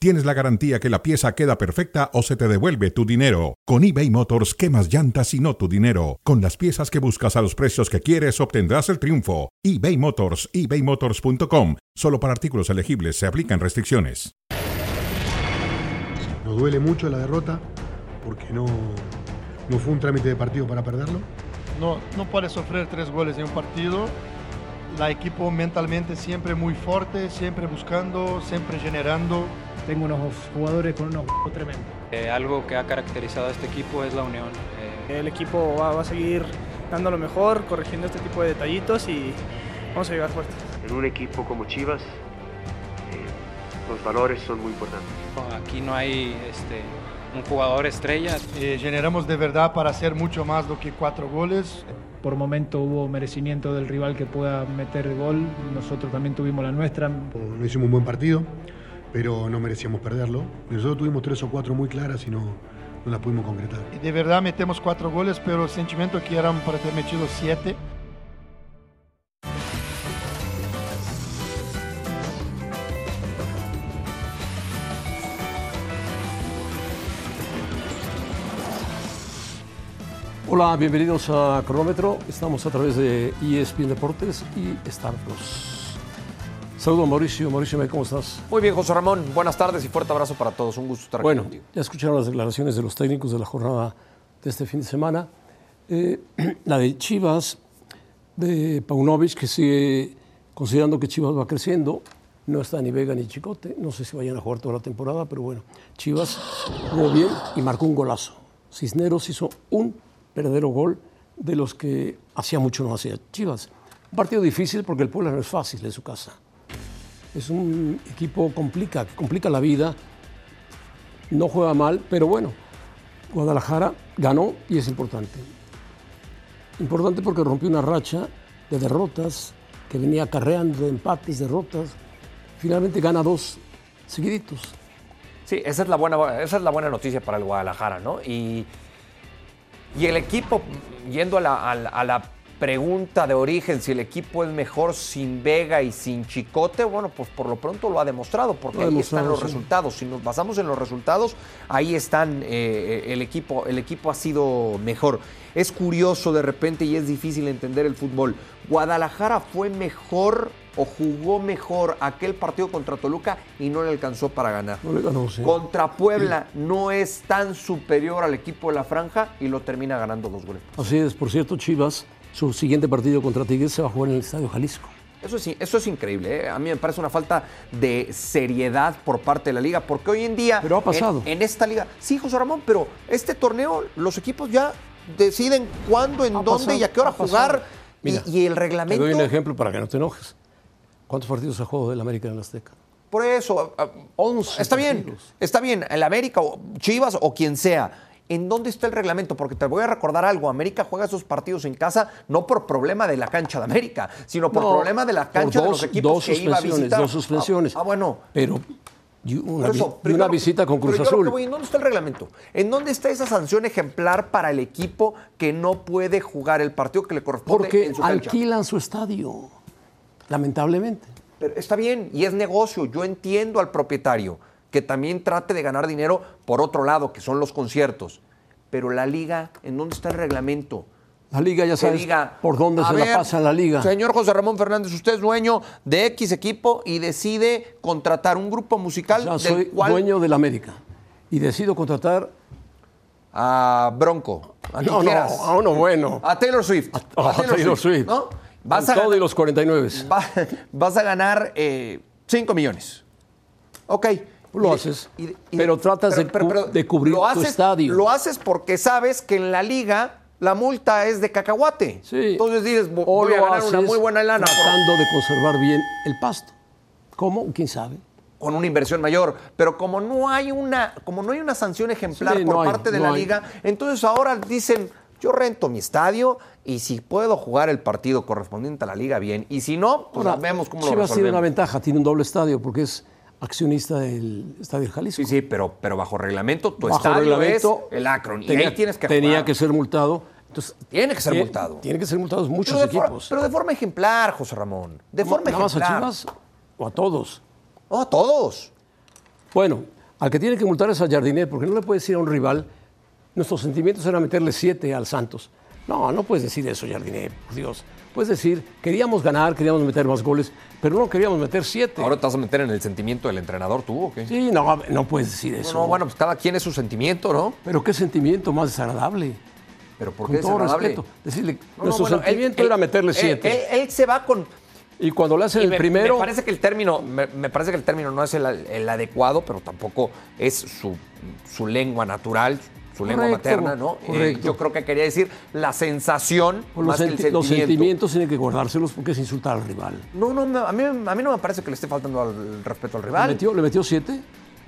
tienes la garantía que la pieza queda perfecta o se te devuelve tu dinero. Con eBay Motors, quemas llantas y no tu dinero. Con las piezas que buscas a los precios que quieres, obtendrás el triunfo. eBay Motors, ebaymotors.com. Solo para artículos elegibles se aplican restricciones. Nos duele mucho la derrota porque no, no fue un trámite de partido para perderlo. No, no puedes sufrir tres goles en un partido. La equipo mentalmente siempre muy fuerte, siempre buscando, siempre generando tengo unos jugadores con unos tremendos. Eh, algo que ha caracterizado a este equipo es la unión. Eh. El equipo va, va, a seguir dando lo mejor, corrigiendo este tipo de detallitos y vamos a llegar fuerte. En un equipo como Chivas, eh, los valores son muy importantes. Aquí no hay este, un jugador estrella. Eh, generamos de verdad para hacer mucho más do que cuatro goles. Por momento hubo merecimiento del rival que pueda meter gol. Nosotros también tuvimos la nuestra. No hicimos un buen partido pero no merecíamos perderlo. Nosotros tuvimos tres o cuatro muy claras y no, no las pudimos concretar. De verdad metemos cuatro goles, pero el sentimiento que eran para haber metido siete. Hola, bienvenidos a Cronómetro. Estamos a través de E ESPN Deportes y Star Plus. Saludo a Mauricio. Mauricio, ¿cómo estás? Muy bien, José Ramón. Buenas tardes y fuerte abrazo para todos. Un gusto estar bueno, aquí contigo. Ya escucharon las declaraciones de los técnicos de la jornada de este fin de semana. Eh, la de Chivas, de Paunovic, que sigue considerando que Chivas va creciendo. No está ni Vega ni Chicote. No sé si vayan a jugar toda la temporada, pero bueno, Chivas jugó bien y marcó un golazo. Cisneros hizo un verdadero gol de los que hacía mucho no hacía Chivas. Un partido difícil porque el pueblo no es fácil en su casa es un equipo complica, que complica la vida. No juega mal, pero bueno, Guadalajara ganó y es importante. Importante porque rompió una racha de derrotas que venía acarreando de empates, derrotas. Finalmente gana dos seguiditos. Sí, esa es la buena, esa es la buena noticia para el Guadalajara, ¿no? Y, y el equipo, yendo a la, a la, a la pregunta de origen, si el equipo es mejor sin Vega y sin Chicote, bueno, pues por lo pronto lo ha demostrado, porque ha demostrado, ahí están los sí. resultados. Si nos basamos en los resultados, ahí están, eh, el, equipo, el equipo ha sido mejor. Es curioso de repente y es difícil entender el fútbol. Guadalajara fue mejor o jugó mejor aquel partido contra Toluca y no le alcanzó para ganar. No le ganó, sí. Contra Puebla sí. no es tan superior al equipo de la franja y lo termina ganando dos goles. Así es, por cierto, Chivas su siguiente partido contra Tigres se va a jugar en el Estadio Jalisco. Eso es, eso es increíble. ¿eh? A mí me parece una falta de seriedad por parte de la liga, porque hoy en día. Pero ha pasado. En, en esta liga. Sí, José Ramón, pero este torneo, los equipos ya deciden cuándo, en ha dónde pasado, y a qué hora jugar. Mira, y, y, el reglamento. Te doy un ejemplo para que no te enojes. ¿Cuántos partidos ha jugado del América en el Azteca? Por eso, 11. Está partidos. bien, está bien. El América, o Chivas o quien sea. ¿En dónde está el reglamento? Porque te voy a recordar algo. América juega sus partidos en casa no por problema de la cancha de América, sino por no, problema de la cancha dos, de los equipos dos que iba a visitar. Dos suspensiones. Ah, ah bueno. Pero y una, eso, vi primero, y una, visita con Cruz Azul. Voy, ¿En dónde está el reglamento? ¿En dónde está esa sanción ejemplar para el equipo que no puede jugar el partido que le corresponde? Porque en su alquilan cancha? su estadio, lamentablemente. Pero está bien, y es negocio. Yo entiendo al propietario que también trate de ganar dinero por otro lado, que son los conciertos. Pero la liga, ¿en dónde está el reglamento? La liga ya sabe por dónde se ver, la pasa la liga. Señor José Ramón Fernández, usted es dueño de X equipo y decide contratar un grupo musical. O sea, del soy cual... dueño del América y decido contratar a Bronco. A no, no, a uno bueno. A Taylor Swift. A, oh, a Taylor, Taylor, Swift. Swift. ¿no? Vas a todo y los 49. Va, vas a ganar 5 eh, millones. Ok. Lo y, haces. Y, y, pero tratas pero, pero, pero, de, cubrir lo haces, tu estadio. Lo haces porque sabes que en la liga la multa es de cacahuate. Sí. Entonces dices, voy o a ganar una muy buena lana. Tratando por... de conservar bien el pasto. ¿Cómo? ¿Quién sabe? Con una inversión mayor. Pero como pues no hay una, como no hay una sanción ejemplar sí, por no parte hay, de no la hay. liga, entonces ahora dicen. Yo rento mi estadio y si puedo jugar el partido correspondiente a la liga, bien. Y si no, pues Ahora, vemos cómo lo Chivas tiene una resolvemos. ventaja, tiene un doble estadio porque es accionista del Estadio Jalisco. Sí, sí, pero, pero bajo reglamento, tu Bajo estadio reglamento, es el Akron. y tenía- ahí tienes que Tenía jugar. que ser multado. Entonces, Tiene que ser tie- multado. Tiene que ser multados muchos pero de, for- equipos. pero de forma ejemplar, José Ramón. De forma ¿Nada más a ejemplar. Chivas o a todos? No, a todos. Bueno, al que tiene que multar es a Jardiné, porque no le puedes decir a un rival, nuestros sentimientos eran meterle siete al Santos. No, no puedes decir eso, Jardiné, por Dios. Puedes decir, queríamos ganar, queríamos meter más goles, pero no queríamos meter siete. Ahora te vas a meter en el sentimiento del entrenador tú, ¿o qué? Sí, no, no puedes decir No, eso. no, bueno, pues cada quien es su sentimiento, ¿no? Pero qué sentimiento más desagradable. Pero ¿por qué Con todo desagradable? respeto. Decirle, No, no, nuestro bueno, él- sentimiento él- era meterle él- siete. Él, él se va con. y cuando le hacen y el me, primero. me parece que el término, me, me parece que el término no es el, el adecuado, pero tampoco es su, su lengua natural, su lengua Correcto, materna, ¿no? Eh, correcto. yo creo que quería decir la sensación Pues más los, que el senti- sentimiento. los sentimientos tienen que guardárselos porque es insultar al rival. No, no, me- a mí, a mí no me parece que le esté faltando al respeto al ¿Le rival. metió, ¿Le metió siete?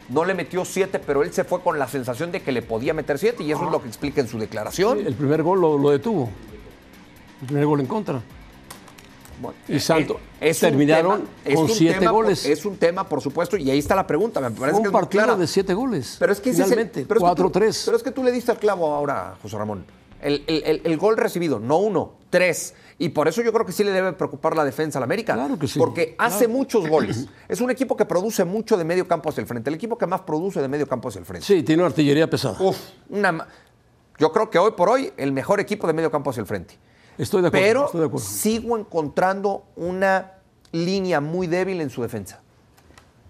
No le metió siete, pero él se fue con la sensación de que le podía meter siete, y eso es lo que explica en su declaración. El primer gol lo, lo detuvo. El primer gol en contra. Bueno, eh, Y Santo. es un Terminaron tema- es con un siete tema, goles. por- es un tema, por supuesto, y ahí está la pregunta. Me parece Fue que un es muy partido clara. de siete goles. Pero es que ese es el- finalmente, pero es que tú- 4-3. Pero es que tú le diste al clavo ahora, José Ramón. El, el- el- el gol recibido, no uno, tres. Y por eso yo creo que sí le debe preocupar la defensa al América. Claro que sí. Porque hace muchos goles. Es un equipo que produce mucho de medio campo hacia el frente. El equipo que más produce de medio campo hacia el frente. Sí, tiene una artillería pesada. Uf, una ma- Yo creo que hoy por hoy el mejor equipo de medio campo hacia el frente. Estoy de acuerdo. Pero estoy de acuerdo. sigo encontrando una línea muy débil en su defensa.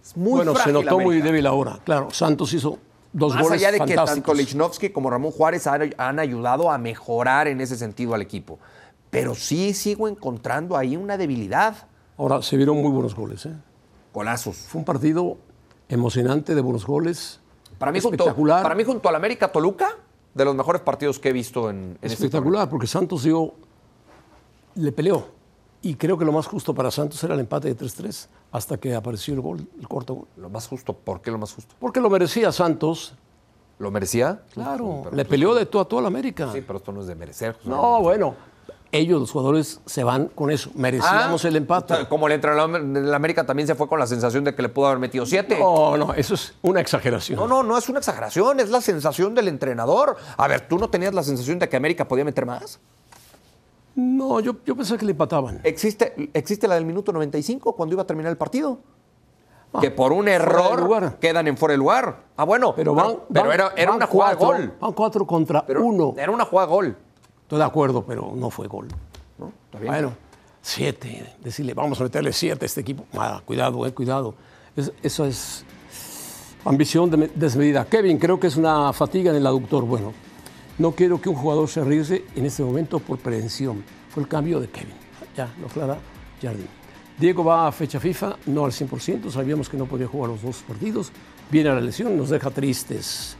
Es muy bueno, se frágil notó muy América. débil ahora. Claro, Santos hizo dos Más goles allá de que tanto fantásticos. Lichnowsky como Ramón Juárez han, han ayudado a mejorar en ese sentido al equipo. Pero sí sigo encontrando ahí una debilidad. ahora, se vieron muy buenos goles. ¿eh? Golazos. Fue un partido emocionante de buenos goles. Para mí, junto, espectacular. para mí junto al América Toluca, de los mejores partidos que he visto en, en este torneo. espectacular, porque Santos dio, le peleó. Y creo que lo más justo para Santos era el empate de 3-3 hasta que apareció el gol, el cuarto gol. Lo más justo, ¿por qué lo más justo? Porque lo merecía Santos, ¿Lo merecía? claro. Pero- le peleó de tú a tú al América. Sí, pero esto no es de merecer. José no, Ramón. bueno, ellos, los jugadores, se van con eso. Merecíamos Ah, el empate. o sea, Como el entrenador del América también se fue con la sensación de que le pudo haber metido siete. No, no, eso es una exageración. No, no, no es una exageración, es la sensación del entrenador. A ver, ¿tú no tenías la sensación de que América podía meter más? No, yo, yo pensé que le empataban. ¿Existe, existe la del minuto 95 cuando iba a terminar el partido? que por un error Ah. de lugar. quedan en fuera de lugar. Ah, bueno, Pero, van, pero van- era, era van una jugada de cuatro, gol. Van cuatro contra Pero uno. Era una jugada de gol. Estoy de acuerdo, pero no fue gol. ¿no? Está bien. Bueno, siete. Decirle, vamos a meterle siete a este equipo. Nada, cuidado, eh, cuidado. Es- eso es ambición de- desmedida. Kevin, creo que es una fatiga en el aductor. Bueno, no quiero que un jugador se arriesgue en este momento por prevención. Fue el cambio de Kevin. Ya, lo aclara Jardín. Diego va a fecha FIFA, no al 100%. Sabíamos que no podía jugar los dos partidos. Viene a la lesión, nos deja tristes.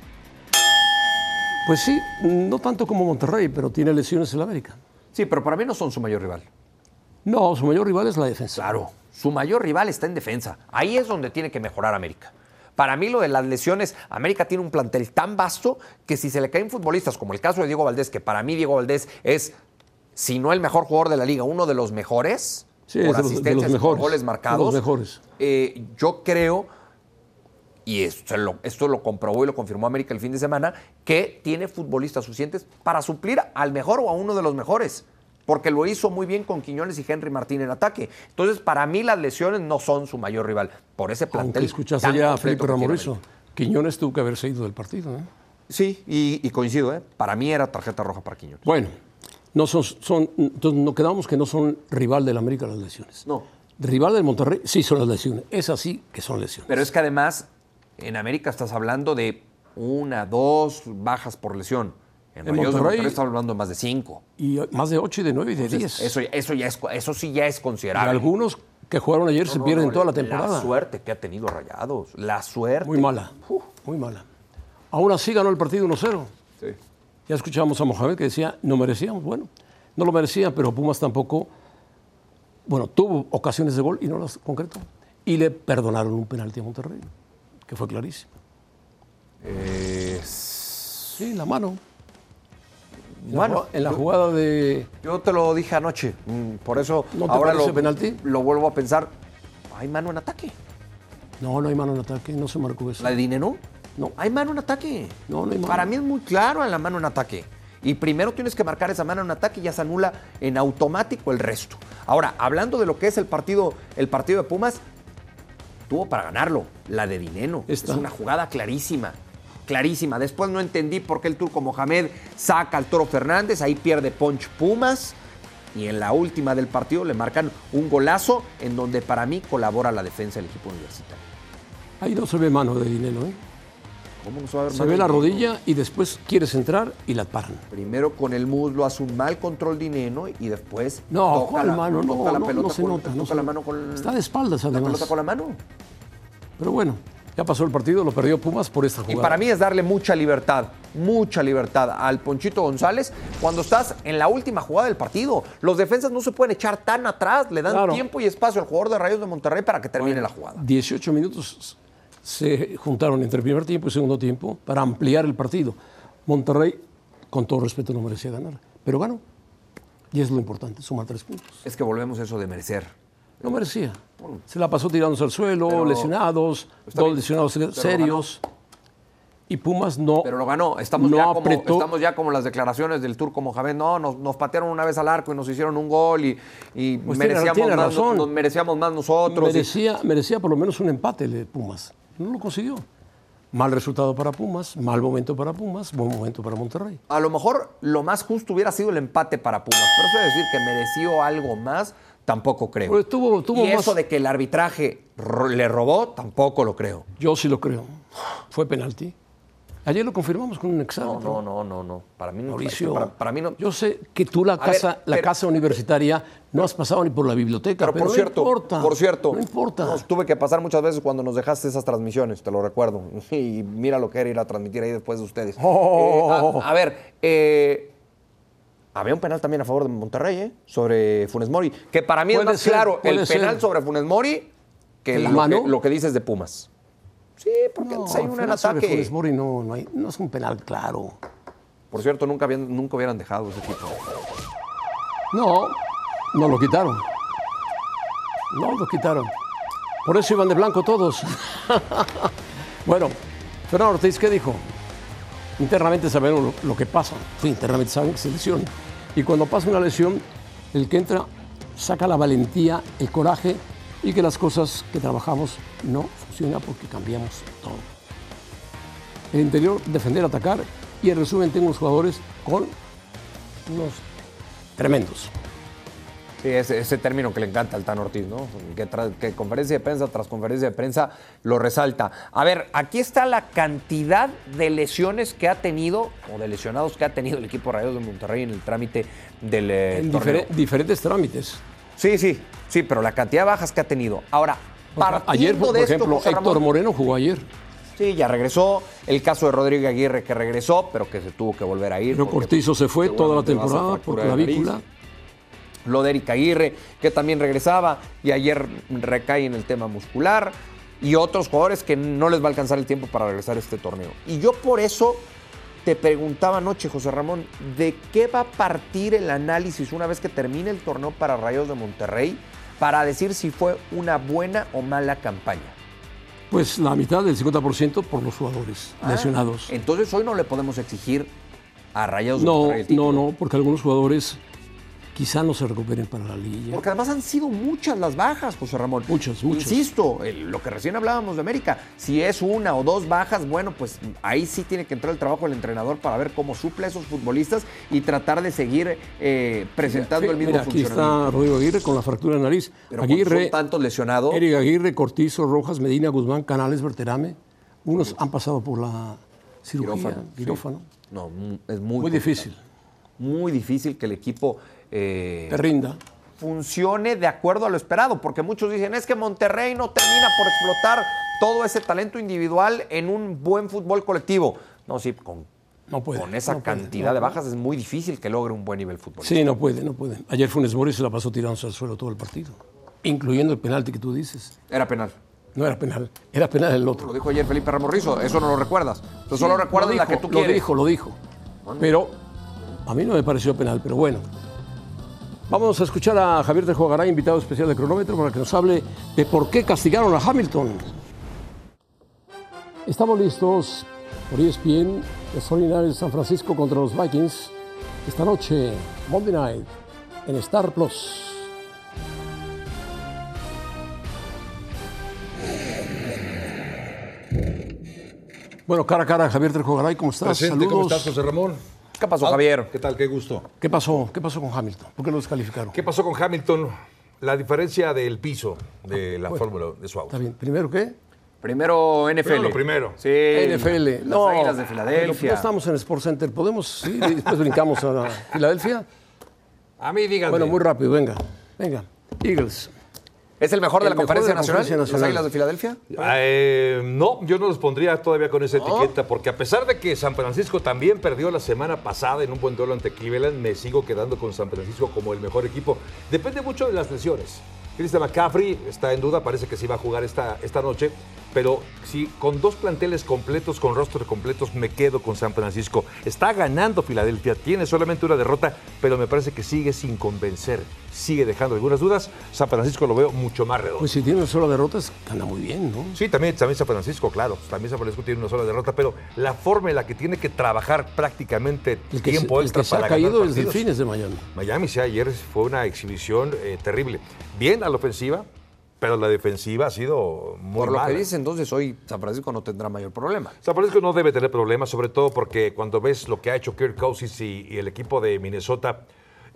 Pues sí, no tanto como Monterrey, pero tiene lesiones en América. Sí, pero para mí no son su mayor rival. No, su mayor rival es la defensa. Claro, su mayor rival está en defensa. Ahí es donde tiene que mejorar América. Para mí lo de las lesiones, América tiene un plantel tan vasto que si se le caen futbolistas, como el caso de Diego Valdés, que para mí Diego Valdés es, si no el mejor jugador de la liga, uno de los mejores Sí, es por de los- de asistencias, los y por mejores, goles de los marcados. mejores. eh, yo creo, y esto lo, esto lo comprobó y lo confirmó América el fin de semana, que tiene futbolistas suficientes para suplir al mejor o a uno de los mejores. Porque lo hizo muy bien con Quiñones y Henry Martín en ataque. Entonces, para mí, las lesiones no son su mayor rival. Por ese este plantel. Aunque escuchaste tan ya a completo Felipe que tiene Ramorizo, América. Quiñones tuvo que haberse ido del partido. ¿eh? Sí, y, y coincido, ¿eh? Para mí era tarjeta roja para Quiñones. Bueno, no son, son, entonces nos quedamos que no son rival del América las lesiones. No. Rival del Monterrey, sí son las lesiones. Es así que son lesiones. Pero es que además, en América estás hablando de una, dos bajas por lesión. En, En Rayados de Monterrey- Monterrey estás hablando de más de cinco. Y eh, más de 8 y de 9 y de 10. Eso, eso, ya es, eso sí ya es considerable. algunos que jugaron ayer No, se no, pierden no, toda la temporada. La suerte que ha tenido Rayados. La suerte. Muy mala, muy mala. Aún así ganó el partido 1-0. Sí. Ya escuchábamos a Mohamed que decía, no merecíamos. Bueno, no lo merecían, pero Pumas tampoco, bueno, tuvo ocasiones de gol y no las concretó. Y le perdonaron un penalti a Monterrey, que fue clarísimo. Eh, Sí, la mano. Bueno, en la jugada de. Yo te lo dije anoche, mm, por eso ¿No te ahora parece lo, penalti? lo vuelvo a pensar. Hay mano en ataque. No, no hay mano en ataque, no se marcó eso. ¿La de dinero? No. Hay mano en ataque. No, no hay mano. Para mí es muy claro la mano en ataque. Y primero tienes que marcar esa mano en ataque y ya se anula en automático el resto. Ahora, hablando de lo que es el partido, el partido de Pumas, tuvo para ganarlo, la de Dineno. Está. Es una jugada clarísima, clarísima. Después no entendí por qué el turco Mohamed saca al Toro Fernández, ahí pierde Punch Pumas. Y en la última del partido le marcan un golazo en donde para mí colabora la defensa del equipo universitario. Ahí no se ve mano de dinero, ¿eh? ¿Cómo no se va a ver Se mano ve la de Dineno? rodilla y después quieres entrar y la paran. Primero con el muslo hace un mal control Dineno y después. No, toca ¿cuál la- mano? No, toca la no, pelota no se con- nota. no toca se la nota. mano con. Está de espaldas, la además. pelota con la mano. Pero bueno, ya pasó el partido, lo perdió Pumas por esta Y jugada. para mí es darle mucha libertad, mucha libertad al Ponchito González cuando estás en la última jugada del partido. Los defensas no se pueden echar tan atrás, le dan Claro. tiempo y espacio al jugador de Rayos de Monterrey para que termine la jugada. 18 minutos se juntaron entre primer tiempo y segundo tiempo para ampliar el partido. Monterrey, con todo respeto, no merecía ganar, pero ganó. Y es lo importante, suma tres puntos. Es que volvemos a eso de merecer. No merecía. Se la pasó tirándose al suelo, Pero- lesionados, Está dos bien, lesionados pero serios. Y Pumas no. Pero lo ganó. Estamos, no ya, como, apretó. estamos ya como las declaraciones del turco Mohamed. No, nos, nos patearon una vez al arco y nos hicieron un gol y, y Pues tiene- merecíamos, tiene más, razón. nos merecíamos más nosotros. y- merecía, merecía por lo menos un empate el de Pumas. No lo consiguió. Mal resultado para Pumas, mal momento para Pumas, buen momento para Monterrey. A lo mejor lo más justo hubiera sido el empate para Pumas, pero eso de decir que mereció algo más, tampoco creo. Pero Pues tuvo- tuvo y eso más- de que el arbitraje ro- le robó, tampoco lo creo. Yo sí lo creo. Fue penalti. Ayer lo confirmamos con un No, examen. no, no, no, no. Para mí no. Mauricio, para, para mí no. yo sé que tú la ver, casa, la pero- casa universitaria no has pasado ni por la biblioteca, pero pero, por no cierto, importa. por cierto, no importa. Nos tuve que pasar muchas veces cuando nos dejaste esas transmisiones, te lo recuerdo. Y mira lo que era ir a transmitir ahí después de ustedes. Oh. Eh, a, a ver, eh, había un penal también a favor de Monterrey, ¿eh? Sobre Funes Mori. Que para mí es Puede más ser, claro el puede ser. penal sobre Funes Mori que ¿Que la lo, que, mano? pues, lo que dices de Pumas. Sí, porque No, antes hay un al final sobre ataque. Funes Mori no, no hay- no es un penal claro. Por cierto, nunca, habían, nunca hubieran dejado ese tipo. No, no lo quitaron. No lo quitaron. Por eso iban de blanco todos. bueno, Fernando Ortiz, ¿qué dijo? Internamente sabemos lo, lo que pasa. Sí, internamente saben que se lesiona. Y cuando pasa una lesión, el que entra saca la valentía, el coraje y que las cosas que trabajamos no funcionan porque cambiamos todo. El interior, defender, atacar. Y en resumen, tengo unos jugadores con unos tremendos. Sí, ese, ese término que le encanta al Tan Ortiz, ¿no? Que, tra- que conferencia de prensa tras conferencia de prensa lo resalta. A ver, aquí está la cantidad de lesiones que ha tenido o de lesionados que ha tenido el equipo Rayos de Monterrey en el trámite del eh, en torneo. difere- diferentes trámites. Sí, sí, sí, pero la cantidad de bajas que ha tenido. Ahora, Porque partiendo Ayer, por, de esto, ejemplo, José Héctor Ramón, Moreno jugó ayer, Sí, ya regresó. El caso de Rodrigo Aguirre que regresó, pero que se tuvo que volver a ir. pero porque pues, Cortizo se fue toda la seguramente va a ser temporada por fractura de clavícula. nariz. Lo de Eric Aguirre, que también regresaba y ayer recae en el tema muscular. Y otros jugadores que no les va a alcanzar el tiempo para regresar a este torneo. Y yo por eso te preguntaba anoche, José Ramón, ¿de qué va a partir el análisis una vez que termine el torneo para Rayos de Monterrey para decir si fue una buena o mala campaña? Pues la mitad del 50% por los jugadores Ah, lesionados. Entonces hoy no le podemos exigir a Rayados de No, Monterrey el título. no, no, porque algunos jugadores quizá no se recuperen para la liguilla. Porque además han sido muchas las bajas, José Ramón. Muchas, muchas. Insisto, el- lo que recién hablábamos de América, si es una o dos bajas, bueno, pues ahí sí tiene que entrar el trabajo del entrenador para ver cómo suple a esos futbolistas y tratar de seguir eh, presentando Fí- el mismo mira, aquí funcionamiento. está Rodrigo Aguirre con la fractura de nariz. Pero cuando Aguirre, son tantos lesionados, Eric Aguirre, Cortizo, Rojas, Medina, Guzmán, Canales, Berterame. Unos han pasado por la cirugía, quirófano, sí. quirófano. No, mu- es muy, Muy complicado. difícil. Muy difícil que el equipo eh, Te rinda. funcione de acuerdo a lo esperado, porque muchos dicen es que Monterrey no termina por explotar todo ese talento individual en un buen fútbol colectivo. No, sí, con, No puede, con esa no puede, cantidad no de puede. bajas es muy difícil que logre un buen nivel futbolístico. Sí, no puede, no puede. Ayer Funes Mori se la pasó tirándose al suelo todo el partido, incluyendo el penalti que tú dices. Era penal. No era penal, era penal el otro. Lo dijo ayer Felipe Ramorrizo, eso no lo recuerdas. Tú solo recuerdas Lo la dijo, que tú Lo quieres. dijo, lo dijo. Pero A mí no me pareció penal, pero bueno. Vamos a escuchar a Javier de Juagaray, invitado especial de cronómetro, para que nos hable de por qué castigaron a Hamilton. Estamos listos por E ESPN, extraordinario de San Francisco contra los Vikings, esta noche, Monday Night, en Star Plus. Bueno, cara a cara, Javier Trejo Garay, ¿cómo estás? Presente, Saludos. ¿cómo estás, José Ramón? ¿Qué pasó, Javier? ¿Qué tal? Qué gusto. ¿Qué pasó? ¿Qué pasó con Hamilton? ¿Por qué lo descalificaron? ¿Qué pasó con Hamilton? La diferencia del piso de la fórmula de su auto. Está bien, primero qué? Primero NFL. Primero lo primero. Sí. NFL. Las Águilas de Filadelfia. No pues, estamos en Sports Center, podemos ir y después brincamos a la Filadelfia. A mí díganme. Bueno, muy rápido, venga. Venga. Eagles. ¿Es el mejor de El la mejor Conferencia de la Nacional? Conferencia ¿Las Nacional. Águilas de Filadelfia? Eh, no, yo no los pondría todavía con esa etiqueta, porque a pesar de que San Francisco también perdió la semana pasada en un buen duelo ante Cleveland, me sigo quedando con San Francisco como el mejor equipo. Depende mucho de las lesiones. Christian McCaffrey está en duda, parece que sí va a jugar esta, esta noche, pero si con dos planteles completos, con roster completos, me quedo con San Francisco. Está ganando Filadelfia, tiene solamente una derrota, pero me parece que sigue sin convencer, sigue dejando algunas dudas. San Francisco lo veo mucho más redondo. Pues si tiene una sola derrota, es- anda muy bien, ¿no? Sí, también, también San Francisco, claro. pues También San Francisco tiene una sola derrota, pero la forma en la que tiene que trabajar prácticamente El que, tiempo se, el extra que se ha para ganar caído es partidos. Delfines de Miami. Miami, sí, ayer fue una exhibición eh, terrible. Bien a la ofensiva, pero la defensiva ha sido muy Por lo que mala. dice, entonces hoy San Francisco no tendrá mayor problema. San Francisco no debe tener problemas, sobre todo porque cuando ves lo que ha hecho Kirk Cousins y, y el equipo de Minnesota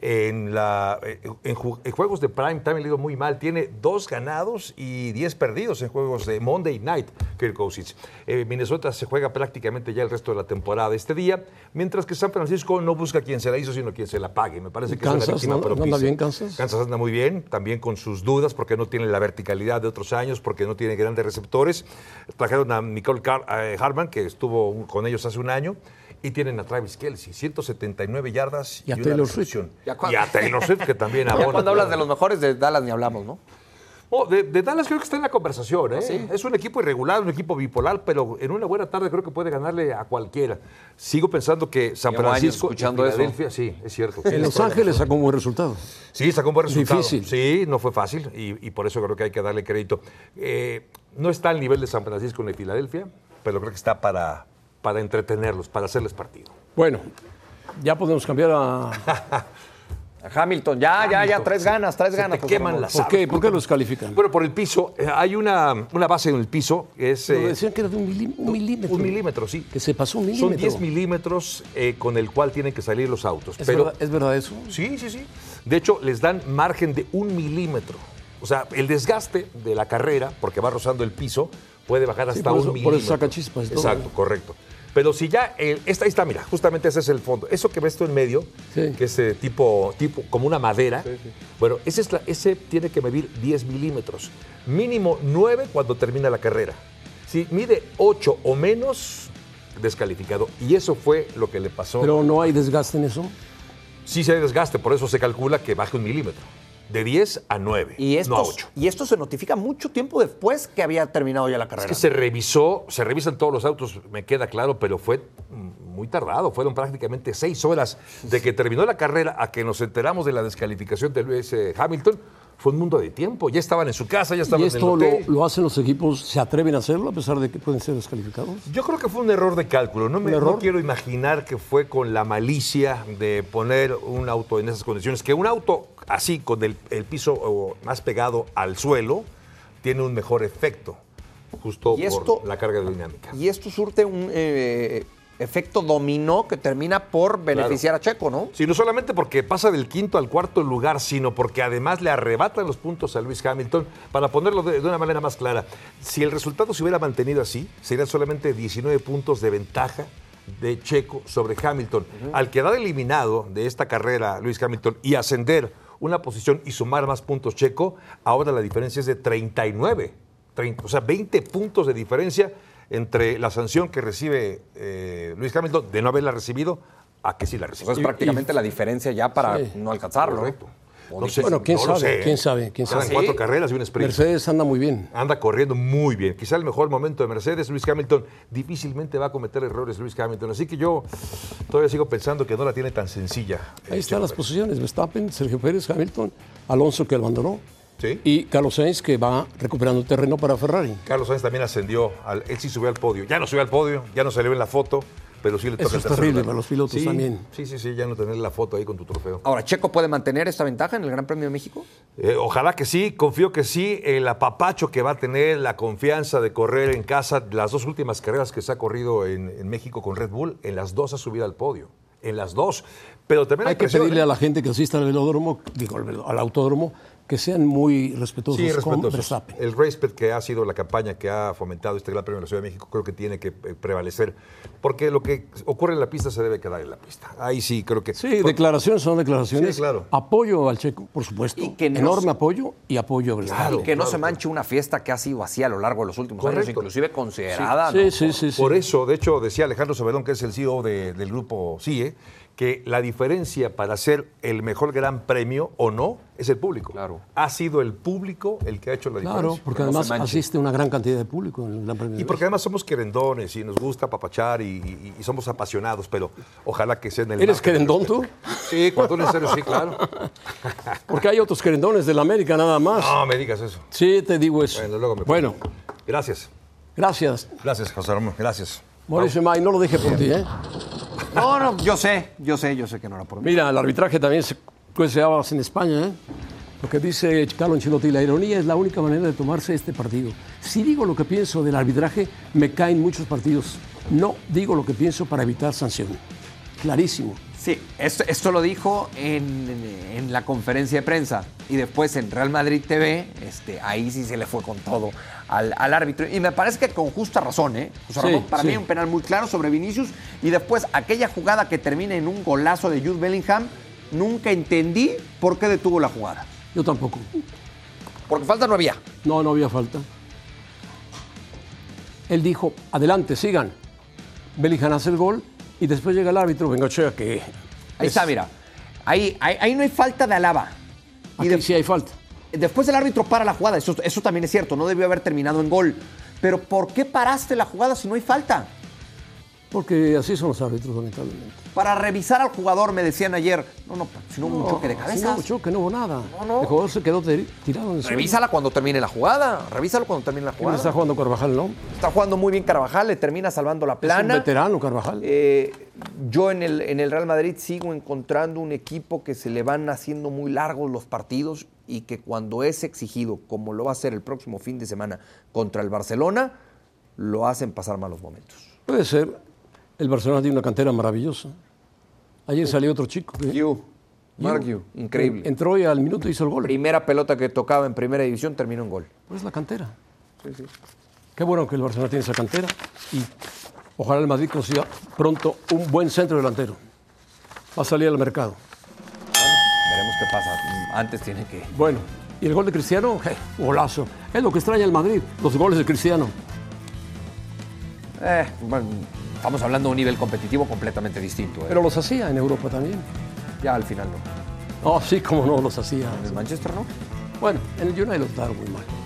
en, la, eh, en, ju- en juegos de prime time le ha ido muy mal. Tiene dos ganados y diez perdidos en juegos de Monday Night, Kirk Cousins. Eh, Minnesota se juega prácticamente ya el resto de la temporada este día, mientras que San Francisco no busca quien se la hizo, sino quien se la pague. Me parece que esa es la Kansas, víctima ¿no? ¿No anda propicia. bien Kansas? Kansas anda muy bien, también con sus dudas porque no tiene la verticalidad de otros años, porque no tiene grandes receptores. Trajeron a Nicole Car- eh, Harman, que estuvo un- con ellos hace un año, y tienen a Travis Kelsey, 179 yardas Y a una Taylor Swift. recepción. ¿Y a cuál? Y a Taylor Swift, que también Ya abona. cuando hablas de los mejores de Dallas ni hablamos, ¿no? Oh, de, de Dallas creo que está en la conversación. ¿eh? Ah, Es un equipo irregular, un equipo bipolar, pero en una buena tarde creo que puede ganarle a cualquiera. Sigo pensando que San Llevo años Francisco y escuchando eso. Filadelfia, sí, es cierto. En Los Ángeles sacó un buen resultado. Sí, sacó un buen resultado. Difícil. Sí, no fue fácil y, y por eso creo que hay que darle crédito. Eh, no está al nivel de San Francisco ni Filadelfia, pero creo que está para, para entretenerlos, para hacerles partido. Bueno, ya podemos cambiar a... Hamilton, ya, ya, ya, tres ganas, tres Se ganas. te José queman Ramón. las ¿Por qué? ¿Por qué lo descalifican? Bueno, por el piso, eh, hay una, una base en el piso, que es Pero eh, decían que era de un, mili- un milímetro. un milímetro, sí. Que se pasó un Son milímetro. 10 milímetros eh, con el cual tienen que salir los autos. ¿Es, pero verdad, ¿Es verdad eso? Sí, sí, sí. De hecho, les dan margen de un milímetro. O sea, el desgaste de la carrera, porque va rozando el piso, puede bajar hasta un por eso- por eso milímetro. saca chispas y todo. Exacto, correcto. Pero si ya, el- esta, ahí está, mira, justamente ese es el fondo. Eso que ves tú en medio, Sí. que es eh, tipo, tipo, como una madera, bueno, ese, es la- ese tiene que medir 10 milímetros. Mínimo 9 cuando termina la carrera. Si mide 8 o menos, descalificado. Y eso fue lo que le pasó Pero no hay desgaste en eso. sí se desgaste, por eso se calcula que baje un milímetro. De 10 a 9, Y no a esto, 8. y esto se notifica mucho tiempo después que había terminado ya la Es carrera. que se revisó, se revisan todos los autos, me queda claro, pero fue mm, muy tardado. Fueron prácticamente seis horas de que terminó la carrera a que nos enteramos de la descalificación de Lewis eh, Hamilton. Fue un mundo de tiempo. Ya estaban en su casa, ya Y estaban en el esto lo, hotel. lo hacen los equipos, se atreven a hacerlo a pesar de que pueden ser descalificados. Yo creo que fue un error de cálculo. No me ¿Un error? no quiero imaginar que fue con la malicia de poner un auto en esas condiciones. Que un auto así, con el, el piso o, más pegado al suelo, tiene un mejor efecto, justo Y por esto- la carga dinámica. Y esto surte un eh, efecto dominó que termina por beneficiar a Checo, ¿no? Sí, no solamente porque pasa del quinto al cuarto lugar, sino porque además le arrebatan los puntos a Luis Hamilton. Para ponerlo de, de una manera más clara, si el resultado se hubiera mantenido así, serían solamente 19 puntos de ventaja de Checo sobre Hamilton. Al quedar eliminado de esta carrera Luis Hamilton y ascender una posición y sumar más puntos Checo, ahora la diferencia es de 39. 30, o sea, 20 puntos de diferencia entre la sanción que recibe eh, Luis Hamilton de no haberla recibido a que sí la O recibió. sea, es prácticamente la diferencia ya para no alcanzarlo. Correcto. No sé, bueno, quién no lo sabe, sé. quién sabe, quién Quedan sabe. cuatro carreras y un sprint. Mercedes anda muy bien. Anda corriendo muy bien. Quizá el mejor momento de Mercedes, Luis Hamilton. Difícilmente va a cometer errores Luis Hamilton. Así que yo todavía sigo pensando que no la tiene tan sencilla. Ahí están las posiciones. Verstappen, Sergio Pérez, Hamilton, Alonso que abandonó. Y Carlos Sainz que va recuperando terreno para Ferrari. Carlos Sainz también ascendió. al- él sí subió al podio. Ya no subió al podio, ya no salió en la foto, pero sí le toca Eso el es tercer terrible lugar. para los pilotos Sí, también. Sí, sí, sí, ya no tener la foto ahí con tu trofeo. Ahora, ¿Checo puede mantener esta ventaja en el Gran Premio de México? Eh, ojalá que sí, confío que sí. El apapacho que va a tener, la confianza de correr en casa, las dos últimas carreras que se ha corrido en, en México con Red Bull, en las dos ha subido al podio. En las dos. Pero también Hay que presión, pedirle ¿eh? a la gente que asista al velódromo, digo, al, velo- al autódromo, que sean muy respetuosos, Sí, con respetuosos. Verstappen. El respect que ha sido la campaña que ha fomentado este Gran Premio de la Ciudad de México creo que tiene que eh, prevalecer, porque lo que ocurre en la pista se debe quedar en la pista. Ahí sí, creo que... Sí, declaraciones son declaraciones. Sí, claro. Apoyo al Checo, por supuesto. que no Enorme se- apoyo y apoyo a Verstappen. y que no se manche una fiesta que ha sido así a lo largo de los últimos años, Correcto. inclusive considerada. ¿no? Sí, sí, sí. sí. Por eso, de hecho, decía Alejandro Sabedón, que es el CEO de- del grupo CIE, que la diferencia para ser el mejor gran premio o no es el público. Claro. Ha sido el público el que ha hecho la diferencia. Claro, porque Que no se además manche. asiste una gran cantidad de público en el Gran Premio. Y de porque además somos querendones y nos gusta papachar y, y- y somos apasionados, pero ojalá que sea en el... México. ¿Eres margen del querendón tú? Sí, cuando es necesario, sí, claro. Porque hay otros querendones de la América nada más. No me digas eso. Sí, te digo eso. Ah. Bueno, luego me- Bueno, Gracias. gracias. Gracias, José Ramón. Gracias. Mauricio May, no lo deje por ti, ¿eh? No, no, yo sé, yo sé, yo sé que no era por mí. Mira, el arbitraje también se cuece habas en España, ¿eh? Lo que dice Carlos Ancelotti, la ironía es la única manera de tomarse este partido. Si digo lo que pienso del arbitraje, me caen muchos partidos. No digo lo que pienso para evitar sanción. Clarísimo. Sí, esto, esto lo dijo en, en- en la conferencia de prensa y después en Real Madrid TV, este, ahí sí se le fue con todo al, al árbitro. Y me parece que con justa razón, ¿eh? José Sí, Ramón, para sí. mí un penal muy claro sobre Vinicius y después aquella jugada que termina en un golazo de Jude Bellingham, nunca entendí por qué detuvo la jugada. Yo tampoco. Porque falta no había. No, no había falta. Él dijo, adelante, sigan. Bellingham hace el gol y después llega el árbitro, Bengochea, que... Ahí está, mira. Ahí, ahí, ahí no hay falta de alaba. Aquí sí hay falta. Después el árbitro para la jugada, eso, eso también es cierto, no debió haber terminado en gol. Pero ¿por qué paraste la jugada si no hay falta? Porque así son los árbitros, lamentablemente. Para revisar al jugador, me decían ayer, no, no, si no hubo un choque de No, cabezas. si no hubo choque, no hubo nada. No, no. El jugador se quedó te- tirado en el suelo. Revísala cuando termine la jugada, revísalo cuando termine la ¿Quién jugada. está jugando Carvajal, no? Está jugando muy bien Carvajal, le termina salvando la Es un plana. veterano Carvajal. Eh, yo en el, en el Real Madrid sigo encontrando un equipo que se le van haciendo muy largos los partidos y que cuando es exigido, como lo va a ser el próximo fin de semana contra el Barcelona, lo hacen pasar malos momentos. Puede ser. El Barcelona tiene una cantera maravillosa. Ayer salió otro chico. que- Yu, Mark Yu. Yu, increíble. Entró y al minuto hizo el gol. Primera pelota que tocaba en primera división terminó en gol. Pues la cantera. Qué bueno que el Barcelona tiene esa cantera y ojalá el Madrid consiga pronto un buen centro delantero. Va a salir al mercado. Veremos qué pasa. Antes tiene que. Bueno, ¿y el gol de Cristiano? Je, golazo. Es lo que extraña el Madrid, los goles de Cristiano. Eh, bueno, estamos hablando de un nivel competitivo completamente distinto. ¿eh? Pero los hacía en Europa también. ya al final no. Oh, sí, como no los hacía. En el Manchester no. Bueno, en el United lo estaba muy mal.